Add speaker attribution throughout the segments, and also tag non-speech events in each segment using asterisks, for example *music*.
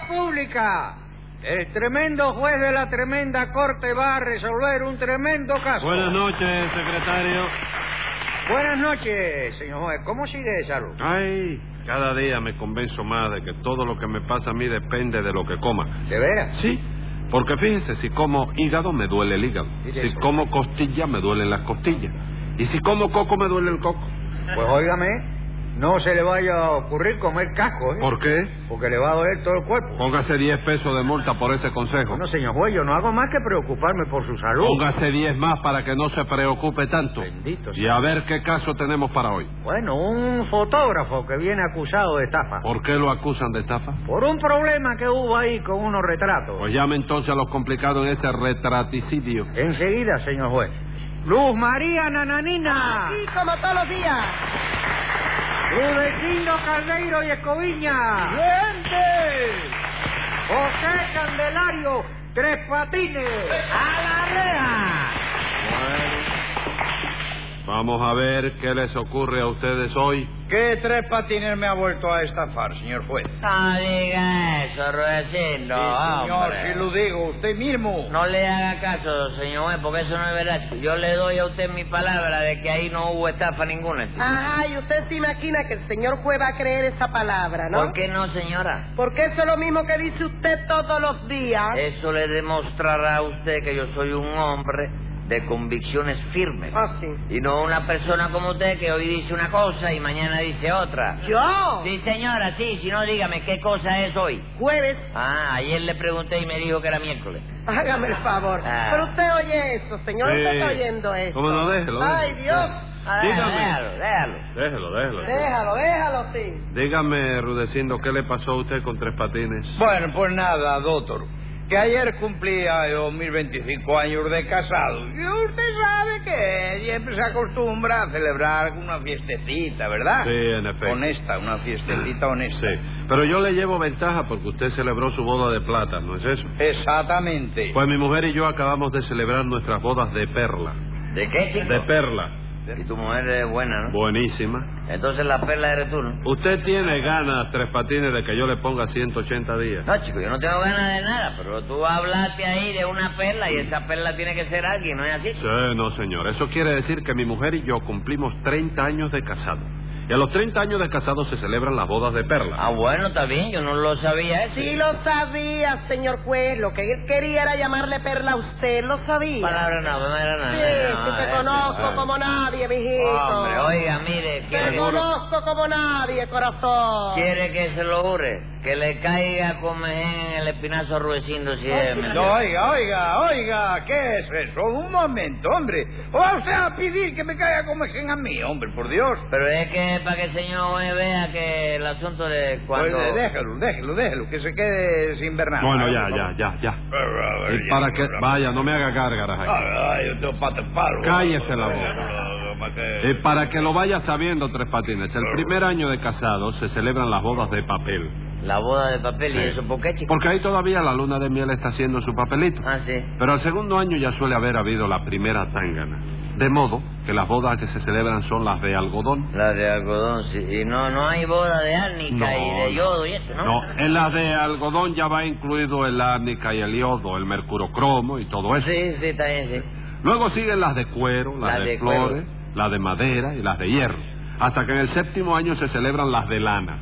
Speaker 1: República. El tremendo juez de la tremenda corte va a resolver un tremendo caso.
Speaker 2: Buenas noches, secretario.
Speaker 1: Buenas noches, señor juez. ¿Cómo sigue de salud?
Speaker 2: Ay, cada día me convenzo más de que todo lo que me pasa a mí depende de lo que coma.
Speaker 1: ¿De veras?
Speaker 2: Sí, porque fíjese, si como hígado me duele el hígado.
Speaker 1: Mire
Speaker 2: Si
Speaker 1: eso.
Speaker 2: como costilla me duelen las costillas. Y si como coco me duele el coco.
Speaker 1: Pues óigame, no se le vaya a ocurrir comer casco, ¿eh?
Speaker 2: ¿Por qué?
Speaker 1: Porque le va a doler todo el cuerpo.
Speaker 2: Póngase 10 pesos de multa por ese consejo.
Speaker 1: Bueno, señor juez, yo no hago más que preocuparme por su salud.
Speaker 2: Póngase 10 más para que no se preocupe tanto.
Speaker 1: Bendito sea.
Speaker 2: Y a ver qué caso tenemos para hoy.
Speaker 1: Bueno, un fotógrafo que viene acusado de estafa.
Speaker 2: ¿Por qué lo acusan de estafa?
Speaker 1: Por un problema que hubo ahí con unos retratos.
Speaker 2: Pues llame entonces a los complicados en ese retraticidio.
Speaker 1: Enseguida, señor juez. Luz María Nananina.
Speaker 3: Sí, como todos los días.
Speaker 1: Rudecindo Caldeiro y Escoviña.
Speaker 3: ¡Gente!
Speaker 1: José Candelario. Tres patines.
Speaker 3: ¡A la reja!
Speaker 2: Vamos a ver qué les ocurre a ustedes hoy.
Speaker 4: ¿Qué tres patines me ha vuelto a estafar, señor juez?
Speaker 3: No diga eso, Rudecindo,
Speaker 4: señor,
Speaker 3: hombre.
Speaker 4: si lo digo, usted mismo.
Speaker 3: No le haga caso, señor juez, porque eso no es verdad. Yo le doy a usted mi palabra de que ahí no hubo estafa ninguna. chico.
Speaker 5: Ajá, y usted se imagina que el señor juez va a creer esa palabra, ¿no?
Speaker 3: ¿Por qué no, señora?
Speaker 5: Porque eso es lo mismo que dice usted todos los días.
Speaker 3: Eso le demostrará a usted que yo soy un hombre de convicciones firmes.
Speaker 5: Ah, sí.
Speaker 3: Y no una persona como usted que hoy dice una cosa y mañana dice otra.
Speaker 5: ¿Yo?
Speaker 3: Sí, señora, sí, si no, dígame, ¿qué cosa es hoy?
Speaker 5: Jueves.
Speaker 3: Ah, ayer le pregunté y me dijo que era miércoles.
Speaker 5: Hágame el favor.
Speaker 3: Ah.
Speaker 5: Pero usted oye eso, señor. Usted está oyendo eso.
Speaker 2: ¿Cómo no? Déjelo.
Speaker 5: Ay,
Speaker 2: déjelo.
Speaker 5: Dios.
Speaker 3: Ah,
Speaker 2: Dígame.
Speaker 3: Déjalo, déjalo.
Speaker 2: Déjelo, déjelo.
Speaker 5: Déjalo, déjalo, sí.
Speaker 2: Dígame, Rudecindo, ¿qué le pasó a usted con Tres Patines?
Speaker 4: Bueno, pues nada, doctor. Que ayer cumplía yo mis 25 años de casado. Y usted sabe que siempre se acostumbra a celebrar una fiestecita, ¿verdad?
Speaker 2: Sí, en efecto.
Speaker 4: Honesta, una fiestecita honesta.
Speaker 2: Sí, pero yo le llevo ventaja porque usted celebró su boda de plata, ¿no es eso?
Speaker 4: Exactamente.
Speaker 2: Pues mi mujer y yo acabamos de celebrar nuestras bodas de perla.
Speaker 3: ¿De qué, chico?
Speaker 2: De perla.
Speaker 3: Y tu mujer es buena, ¿no?
Speaker 2: Buenísima.
Speaker 3: Entonces la perla eres tú, ¿no?
Speaker 2: Usted tiene ganas, Tres Patines, de que yo le ponga 180 días.
Speaker 3: No, chico, yo no tengo ganas de nada, pero tú hablaste ahí de una perla y esa perla tiene que ser alguien, ¿no es así?
Speaker 2: Sí, no, señor. Eso quiere decir que mi mujer y yo cumplimos 30 años de casado. Y a los 30 años de casado se celebran las bodas de perla.
Speaker 3: Ah, bueno, está bien, yo no lo sabía eso.
Speaker 5: Sí lo sabía, señor juez. Lo que él quería era llamarle perla a usted. Lo sabía.
Speaker 3: Palabra no, no era
Speaker 5: Sí,
Speaker 3: nada. Ah, no,
Speaker 5: sí, te
Speaker 3: eso,
Speaker 5: conozco
Speaker 3: no.
Speaker 5: como nadie, mijito.
Speaker 3: Hombre, oiga, mire,
Speaker 5: Te
Speaker 3: quiere,
Speaker 5: conozco como nadie, corazón.
Speaker 3: quiere que se lo jure, que le caiga con en el espinazo ruecindo si es...
Speaker 4: No, oiga, oiga, oiga, ¿qué es eso? Un momento, hombre. O sea, a pedir que me caiga como a mí, hombre, por Dios.
Speaker 3: Pero es que para que el señor juez vea que el asunto de cuando...
Speaker 4: Oye, déjalo, déjalo, déjalo, que se quede sin Bernardo.
Speaker 2: Bueno, ya, ya, ya, ya. Y para que... Vaya, no me haga gárgaras aquí.
Speaker 4: Ay, yo tengo pata de palo.
Speaker 2: Cállese la boca.
Speaker 4: Para que-
Speaker 2: Eh, para que lo vaya sabiendo, Tres Patines, el primer año de casado se celebran las bodas de papel.
Speaker 3: La boda de papel y eso, ¿por qué, chico?
Speaker 2: Porque ahí todavía la luna de miel está haciendo su papelito.
Speaker 3: Ah, sí.
Speaker 2: Pero al segundo año ya suele haber habido la primera tangana. De modo que las bodas que se celebran son las de algodón.
Speaker 3: La de algodón, sí. Y no, no hay boda de árnica y de yodo y eso, ¿no?
Speaker 2: No, en las de algodón ya va incluido el árnica y el yodo, el mercurocromo y todo eso.
Speaker 3: Sí, sí, también sí.
Speaker 2: Luego siguen las de cuero, las
Speaker 3: Las
Speaker 2: de,
Speaker 3: de cuero.
Speaker 2: flores, las de madera y las de hierro. Hasta que en el séptimo año se celebran las de lana.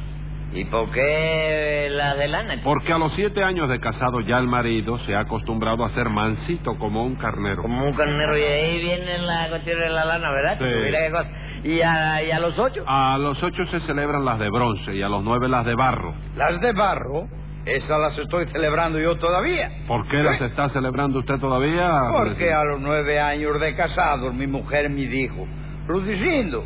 Speaker 3: ¿Y por qué las de lana? chico?
Speaker 2: Porque a los siete años de casado ya el marido se ha acostumbrado a ser mansito como un carnero.
Speaker 3: Como un carnero y ahí viene la cuestión de la lana, ¿verdad? chico?
Speaker 2: Sí. Ah.
Speaker 3: Mira qué cosa. ¿Y a, y a los ocho?
Speaker 2: A los ocho se celebran las de bronce y a los nueve las de barro.
Speaker 4: Las de barro, esas las estoy celebrando yo todavía. Pues,
Speaker 2: ¿Por qué las está celebrando usted todavía?
Speaker 4: Porque a los nueve años de casado mi mujer me dijo, Rudecindo,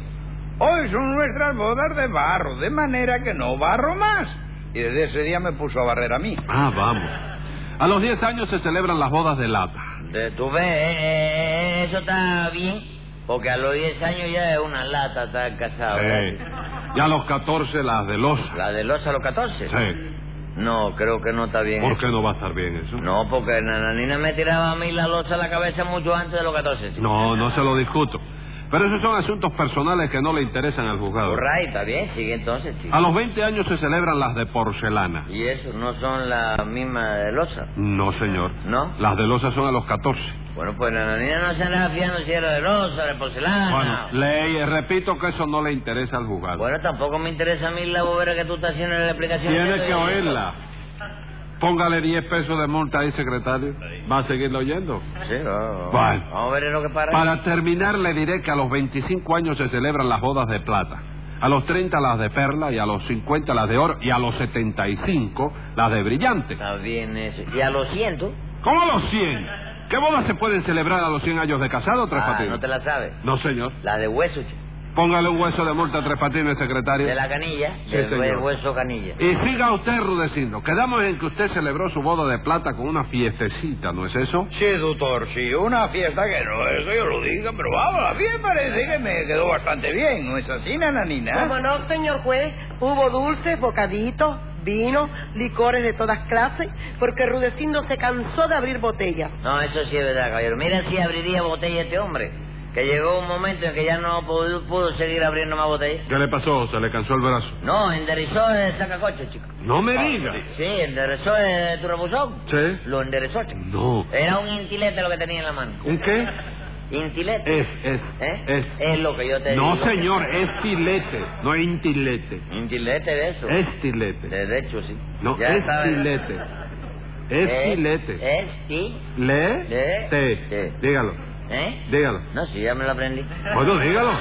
Speaker 4: hoy son nuestras bodas de barro, de manera que no barro más. Y desde ese día me puso a barrer a mí.
Speaker 2: Ah, vamos. A los diez años se celebran las bodas de lata.
Speaker 3: Eh, Tú ves, eh, eh, eh, eso está bien. Porque a los diez años ya es una lata estar casado. ¿verdad,
Speaker 2: Eh,
Speaker 3: chico?
Speaker 2: y a los catorce las de losa.
Speaker 3: ¿La de los a los catorce?
Speaker 2: Sí.
Speaker 3: No, creo que no está bien
Speaker 2: ¿Por
Speaker 3: eso.
Speaker 2: qué no va a estar bien eso?
Speaker 3: No, porque Nananina me tiraba a mí la losa a la cabeza mucho antes de los 14. chico.
Speaker 2: No, no se lo discuto. Pero esos son asuntos personales que no le interesan al juzgado.
Speaker 3: Right, está bien, sigue entonces, chico.
Speaker 2: A los 20 años se celebran las de porcelana.
Speaker 3: ¿Y eso no son las mismas de losa?
Speaker 2: No, señor.
Speaker 3: ¿No?
Speaker 2: Las de losa son a los 14.
Speaker 3: Bueno, pues la niña no se andaba fiando si era de losa, de porcelana.
Speaker 2: Bueno, le repito que eso no le interesa al juzgado.
Speaker 3: Bueno, tampoco me interesa a mí la bobera que tú estás haciendo en la aplicación.
Speaker 2: Tiene
Speaker 3: estoy
Speaker 2: que
Speaker 3: oyendo.
Speaker 2: oírla. Póngale 10 pesos de multa ahí, secretario. ¿Va a seguirlo oyendo?
Speaker 3: Sí, vamos.
Speaker 2: Bueno.
Speaker 3: Vamos a ver lo que para.
Speaker 2: Para terminar, le diré que a los 25 años se celebran las bodas de plata. A los 30 las de perla y a los 50 las de oro y a los 75 las de brillante.
Speaker 3: Está bien eso. Y a los cientos.
Speaker 2: ¿Cómo a los 100? ¿Qué bodas se pueden celebrar a los 100 años de casado, Tres
Speaker 3: Ah,
Speaker 2: Patines?
Speaker 3: no te la sabes.
Speaker 2: No, señor.
Speaker 3: La de hueso, chico.
Speaker 2: Póngale un hueso de multa a Tres Patines, secretario.
Speaker 3: De la canilla.
Speaker 2: Sí,
Speaker 3: del
Speaker 2: señor.
Speaker 3: hueso canilla.
Speaker 2: Y siga usted rudeciendo. Quedamos en que usted celebró su boda de plata con una fiestecita, ¿no es eso?
Speaker 4: Sí, doctor, sí, una fiesta que no es que yo lo diga, pero vamos, a mí me parece que me quedó bastante bien, ¿no es así, nananina?
Speaker 5: Como no, señor juez, hubo dulces, bocaditos, vino, licores de todas clases, porque Rudecindo se cansó de abrir botellas.
Speaker 3: No, eso sí es verdad, caballero. Mira si abriría botella este hombre. Que llegó un momento en que ya no pudo, pudo seguir abriendo más botellas.
Speaker 2: ¿Qué le pasó? ¿Se le cansó el brazo?
Speaker 3: No, enderezó el sacacoche, chico. Ah,
Speaker 2: No me diga.
Speaker 3: Sí, enderezó el turbozón.
Speaker 2: Sí.
Speaker 3: Lo enderezó, chico.
Speaker 2: No.
Speaker 3: Era un intilete lo que tenía en la mano.
Speaker 2: ¿Un qué?
Speaker 3: ¿Intilete?
Speaker 2: Es, es,
Speaker 3: ¿Eh?
Speaker 2: es.
Speaker 3: Es lo que yo te
Speaker 2: No,
Speaker 3: digo.
Speaker 2: señor, es tilete, no intilete.
Speaker 3: Intilete de eso.
Speaker 2: Es tilete.
Speaker 3: De, de hecho, sí.
Speaker 2: No,
Speaker 3: Ya
Speaker 2: es
Speaker 3: estaba-
Speaker 2: tilete. Es tilete.
Speaker 3: Es ti.
Speaker 2: Le,
Speaker 3: Le-
Speaker 2: te.
Speaker 3: te.
Speaker 2: Dígalo,
Speaker 3: ¿Eh?
Speaker 2: dígalo.
Speaker 3: No, sí, ya me lo aprendí.
Speaker 2: Bueno, dígalo.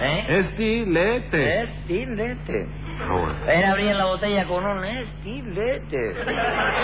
Speaker 3: ¿Eh?
Speaker 2: Es tilete.
Speaker 3: Es tilete.
Speaker 2: Ah, bueno.
Speaker 3: Él abría la botella con un estilete.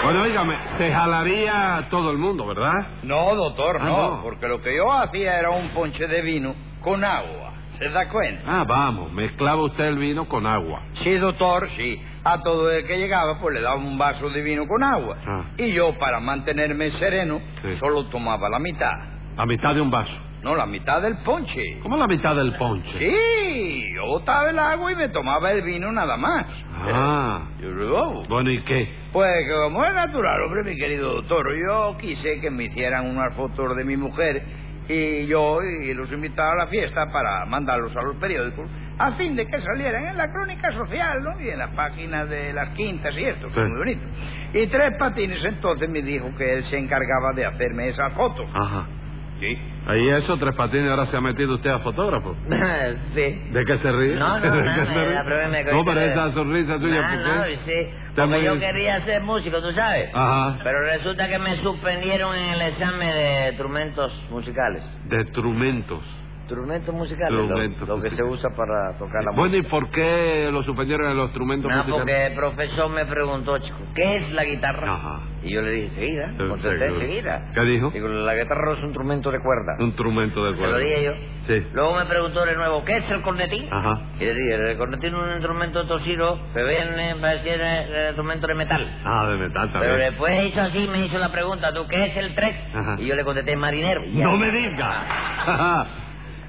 Speaker 2: Bueno, dígame, se jalaría a todo el mundo, ¿verdad?
Speaker 4: No, doctor,
Speaker 2: Ah,
Speaker 4: no,
Speaker 2: no.
Speaker 4: porque lo que yo hacía era un ponche de vino con agua, ¿se da cuenta?
Speaker 2: Ah, vamos, mezclaba usted el vino con agua.
Speaker 4: Sí, doctor, sí. A todo el que llegaba, pues le daba un vaso de vino con agua.
Speaker 2: Ah.
Speaker 4: Y yo, para mantenerme sereno,
Speaker 2: Sí.
Speaker 4: solo tomaba la mitad.
Speaker 2: La mitad de un vaso.
Speaker 4: No, la mitad del ponche.
Speaker 2: ¿Cómo la mitad del ponche?
Speaker 4: Sí, yo botaba el agua y me tomaba el vino nada más.
Speaker 2: Ah,
Speaker 4: Yo luego,
Speaker 2: bueno, ¿y qué?
Speaker 4: Pues que como es natural, hombre, mi querido doctor, yo quise que me hicieran unas fotos de mi mujer y yo y los invitaba a la fiesta para mandarlos a los periódicos a fin de que salieran en la crónica social, ¿no? Y en las páginas de las quintas y esto, que es
Speaker 2: Sí.
Speaker 4: muy bonito. Y Tres Patines entonces me dijo que él se encargaba de hacerme esas fotos.
Speaker 2: Ajá.
Speaker 4: Sí.
Speaker 2: Ahí eso, Tres Patines, ahora se ha metido usted a fotógrafo.
Speaker 3: *laughs* sí.
Speaker 2: ¿De qué se ríe? *laughs*
Speaker 3: No, no,
Speaker 2: ¿De
Speaker 3: nada,
Speaker 2: qué se ríe?
Speaker 3: la prueba me
Speaker 2: No, pero esa sonrisa tuya...
Speaker 3: No,
Speaker 2: ¿por
Speaker 3: no,
Speaker 2: qué?
Speaker 3: sí.
Speaker 2: Está muy
Speaker 3: Porque yo
Speaker 2: bien. Ah.
Speaker 3: quería ser músico, tú sabes.
Speaker 2: Ajá.
Speaker 3: Pero resulta que me suspendieron en el examen de instrumentos musicales.
Speaker 2: De instrumentos.
Speaker 3: Instrumentos musicales, lo-
Speaker 2: Instrumentos
Speaker 3: lo, que se
Speaker 2: musicales.
Speaker 3: usa para tocar la
Speaker 2: Bueno, ¿y
Speaker 3: música.
Speaker 2: por qué lo suspendieron en los instrumentos
Speaker 3: No,
Speaker 2: musicales?
Speaker 3: porque el profesor me preguntó, chico, ¿qué es la guitarra?
Speaker 2: Ajá.
Speaker 3: Y yo le dije, seguida,
Speaker 2: Eh,
Speaker 3: contesté
Speaker 2: seguro.
Speaker 3: seguida.
Speaker 2: ¿Qué dijo?
Speaker 3: Digo, la guitarra es un instrumento de cuerda.
Speaker 2: Un instrumento de
Speaker 3: Se lo
Speaker 2: cuerda.
Speaker 3: dije yo.
Speaker 2: Sí.
Speaker 3: Luego me preguntó de nuevo, ¿qué es el cornetín?
Speaker 2: Ajá.
Speaker 3: Y le dije, el cornetín es un instrumento tosido que viene para decir eh, instrumento de metal.
Speaker 2: Ah, de metal
Speaker 3: Pero
Speaker 2: también.
Speaker 3: después hizo así, me hizo la pregunta, ¿tú qué es el tres?
Speaker 2: Ajá.
Speaker 3: Y yo le contesté, marinero. Y
Speaker 2: ¡No
Speaker 3: ya.
Speaker 2: me diga! *laughs*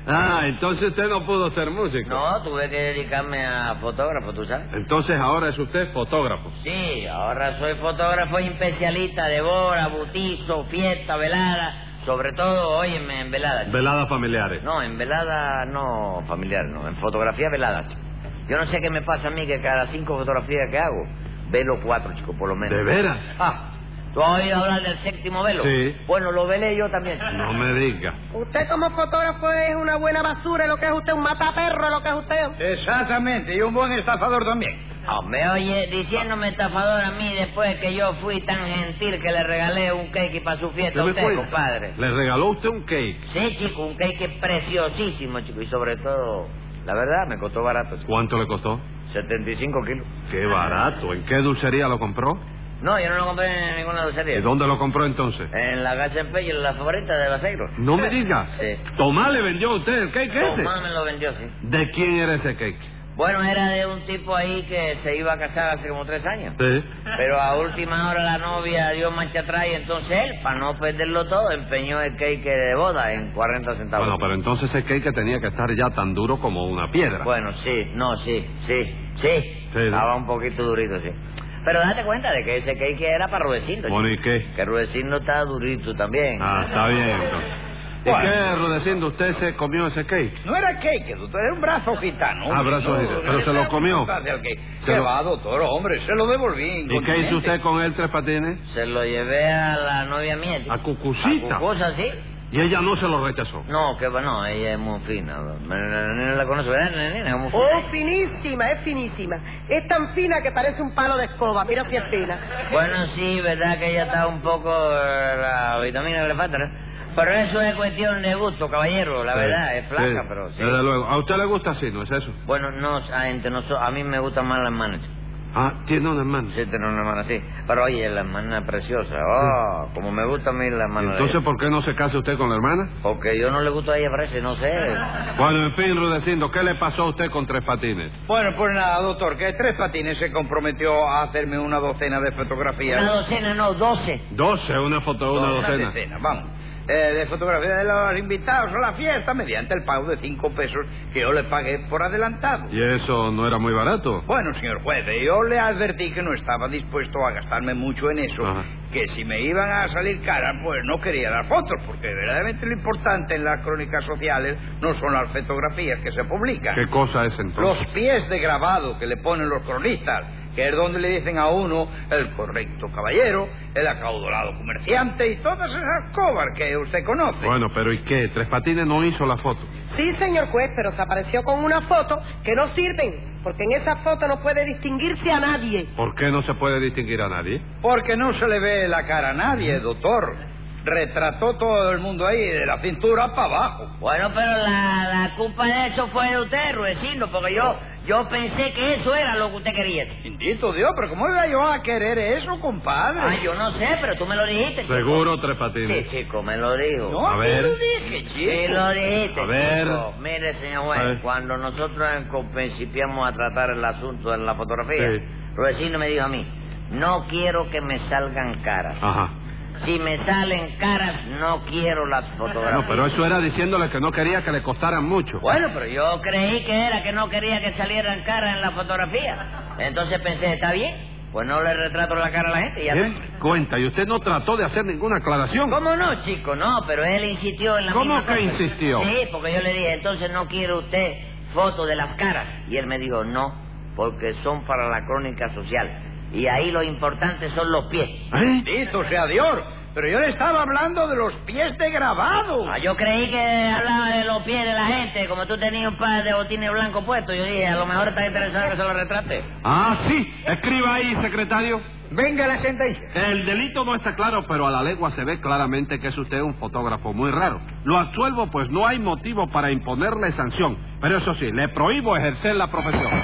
Speaker 2: ah, entonces usted no pudo ser músico.
Speaker 3: No, tuve que dedicarme a fotógrafo, ¿tú sabes?
Speaker 2: Entonces ahora es usted fotógrafo.
Speaker 3: Sí, ahora soy fotógrafo y especialista de boda, butizo, fiesta, velada. Sobre todo, óyeme, en velada. chico.
Speaker 2: Veladas familiares.
Speaker 3: No, en velada no, familiar no. En fotografía velada, chico. Yo no sé qué me pasa a mí que cada cinco fotografías que hago, velo cuatro, chico, por lo menos.
Speaker 2: ¿De veras?
Speaker 3: Ah, ¿tú has oído hablar del séptimo velo?
Speaker 2: Sí.
Speaker 3: Bueno, lo velé yo también.
Speaker 2: No me diga.
Speaker 5: Usted como fotógrafo es una buena basura, lo que es usted un mataperro, lo que es usted.
Speaker 4: Exactamente, y un buen estafador también.
Speaker 3: Ah, me oye diciéndome estafador a mí después que yo fui tan gentil que le regalé un cake para su fiesta
Speaker 2: ¿Usted
Speaker 3: a
Speaker 2: me
Speaker 3: usted,
Speaker 2: cuenta?
Speaker 3: compadre.
Speaker 2: Le regaló usted un cake.
Speaker 3: Sí, chico, un cake preciosísimo, chico. Y sobre todo, la verdad, me costó barato, chico.
Speaker 2: ¿Cuánto le costó?
Speaker 3: 75 kilos.
Speaker 2: Qué barato. ¿En qué dulcería lo compró?
Speaker 3: No, yo no lo compré en ninguna dulcería.
Speaker 2: ¿Y dónde lo compró entonces?
Speaker 3: En la casa en Pello, en la favorita de Baseiro.
Speaker 2: No me diga.
Speaker 3: Sí.
Speaker 2: Tomás le vendió a usted el cake ese.
Speaker 3: Tomás me lo vendió, sí.
Speaker 2: ¿De quién era ese cake?
Speaker 3: Bueno, era de un tipo ahí que se iba a casar hace como tres años.
Speaker 2: Sí.
Speaker 3: Pero a última hora la novia dio marcha atrás y entonces él, para no perderlo todo, empeñó el cake de boda en 40 centavos.
Speaker 2: Bueno, pero entonces ese cake tenía que estar ya tan duro como una piedra.
Speaker 3: Bueno, sí, no, sí, sí, sí.
Speaker 2: Sí,
Speaker 3: Estaba un poquito durito, sí. Pero date cuenta de que ese cake era para Rudecindo.
Speaker 2: Bueno, ¿y qué?
Speaker 3: chico. Que Rudecindo está durito también.
Speaker 2: Ah, está bien. entonces. ¿Y
Speaker 6: Bueno.
Speaker 2: qué, Rudecindo, usted se comió ese cake?
Speaker 6: No era cake, doctor, era un brazo gitano.
Speaker 2: Ah, brazo
Speaker 6: No,
Speaker 2: gitano.
Speaker 6: no
Speaker 2: Pero
Speaker 6: le
Speaker 2: se lo
Speaker 6: daba
Speaker 2: comió.
Speaker 6: importancia al cake.
Speaker 2: Se
Speaker 6: ¿Qué
Speaker 2: lo-
Speaker 6: va, doctor? Hombre, se lo devolví.
Speaker 2: ¿Y qué
Speaker 6: incontinente.
Speaker 2: hizo usted con el tres patines?
Speaker 3: Se lo llevé a la novia mía, chico.
Speaker 2: A Cucucita.
Speaker 3: A Cucusa, sí.
Speaker 2: Y ella no se lo rechazó.
Speaker 3: No, que va, no, ella es muy fina. Me- la nena la conoce, ¿verdad, nena? Es muy fina.
Speaker 5: Oh, finísima, es finísima. Es tan fina que parece un palo de escoba. Mira si es fina.
Speaker 3: Bueno, sí, verdad que ella está un poco... eh, La vitamina que le falta, ¿no? Pero eso es cuestión de gusto, caballero. La verdad, es flaca,
Speaker 2: Sí,
Speaker 3: pero sí.
Speaker 2: Desde luego. ¿A usted le gusta así, no es eso?
Speaker 3: Bueno, no, a, entre nosotros, a mí me gustan más las manos.
Speaker 2: Ah, tiene una hermana.
Speaker 3: Sí, tener una hermana así. Pero oye, la hermana preciosa. Oh, como me gusta a mí la hermana. de
Speaker 2: Entonces,
Speaker 3: ella.
Speaker 2: ¿por qué no se casa usted con la hermana?
Speaker 3: Porque yo no le gusto a ella, parece, no sé.
Speaker 2: Bueno, en fin, Rudecindo, ¿qué le pasó a usted con tres patines?
Speaker 6: Bueno, pues nada, doctor, que Tres Patines se comprometió a hacerme una docena de fotografías.
Speaker 3: Una docena, no, doce.
Speaker 2: Doce, una foto, una docena.
Speaker 6: decena, vamos. Eh, de fotografías de los invitados a la fiesta mediante el pago de cinco pesos que yo le pagué por adelantado.
Speaker 2: Y eso no era muy barato.
Speaker 6: Bueno, señor juez, eh, yo le advertí que no estaba dispuesto a gastarme mucho en eso,
Speaker 2: Ajá.
Speaker 6: que si me iban a salir cara, pues no quería dar fotos, porque verdaderamente lo importante en las crónicas sociales no son las fotografías que se publican.
Speaker 2: ¿Qué cosa es
Speaker 6: Los
Speaker 2: entonces?
Speaker 6: pies de grabado que le ponen los cronistas, que es donde le dicen a uno el correcto caballero, el acaudalado comerciante y todas esas cobas que usted conoce.
Speaker 2: Bueno, pero ¿y qué? Tres patines no hizo la foto.
Speaker 5: Sí, señor juez, pero se apareció con una foto que no sirven, porque en esa foto no puede distinguirse a nadie.
Speaker 2: ¿Por qué no se puede distinguir a nadie?
Speaker 6: Porque no se le ve la cara a nadie, doctor. Retrató todo el mundo ahí, de la cintura para abajo.
Speaker 3: Bueno, pero la, la culpa de eso fue de usted, Ruedecindo, porque yo, yo pensé que eso era lo que usted quería.
Speaker 6: Bendito Dios, pero ¿cómo iba yo a querer eso, compadre?
Speaker 3: Ah, yo no sé, pero tú me lo dijiste. chico.
Speaker 2: Seguro tres
Speaker 3: Sí,
Speaker 2: patines.
Speaker 3: chico, me lo dijo.
Speaker 6: No,
Speaker 2: A ver.
Speaker 6: yo lo dije, chico.
Speaker 3: Sí, lo dijiste.
Speaker 2: A ver.
Speaker 3: chico. Mire, señor
Speaker 2: A
Speaker 3: juez,
Speaker 2: ver.
Speaker 3: cuando nosotros en- principiamos a tratar el asunto de la fotografía,
Speaker 2: Sí.
Speaker 3: Ruedecindo me dijo a mí, no quiero que me salgan caras.
Speaker 2: Ajá.
Speaker 3: Si me salen caras, no quiero las fotografías.
Speaker 2: No, pero eso era diciéndole que no quería que le costaran mucho.
Speaker 3: Bueno, pero yo creí que era que no quería que salieran caras en la fotografía. Entonces pensé, está bien, pues no le retrato la cara a la gente y ya
Speaker 2: Bien,
Speaker 3: está.
Speaker 2: cuenta, y usted no trató de hacer ninguna aclaración.
Speaker 3: ¿Cómo no, chico? No, pero él insistió en la
Speaker 2: ¿Cómo
Speaker 3: misma
Speaker 2: que
Speaker 3: cosa.
Speaker 2: insistió?
Speaker 3: Sí, porque yo le dije, entonces no quiere usted fotos de las caras. Y él me dijo, no, porque son para la crónica social. Y ahí lo importante son los pies.
Speaker 2: ¿Eh?
Speaker 6: Bendito sea Dios, pero yo le estaba hablando de los pies de grabado.
Speaker 3: Ah, yo creí que hablaba de los pies de la gente, como tú tenías un par de botines blancos puestos. Yo dije, a lo mejor está interesado que se lo retrate.
Speaker 2: Ah, sí. Escriba ahí, secretario.
Speaker 4: Venga la sentencia.
Speaker 2: El delito no está claro, pero a la legua se ve claramente que es usted un fotógrafo muy raro. Lo absuelvo, pues no hay motivo para imponerle sanción. Pero eso sí, le prohíbo ejercer la profesión.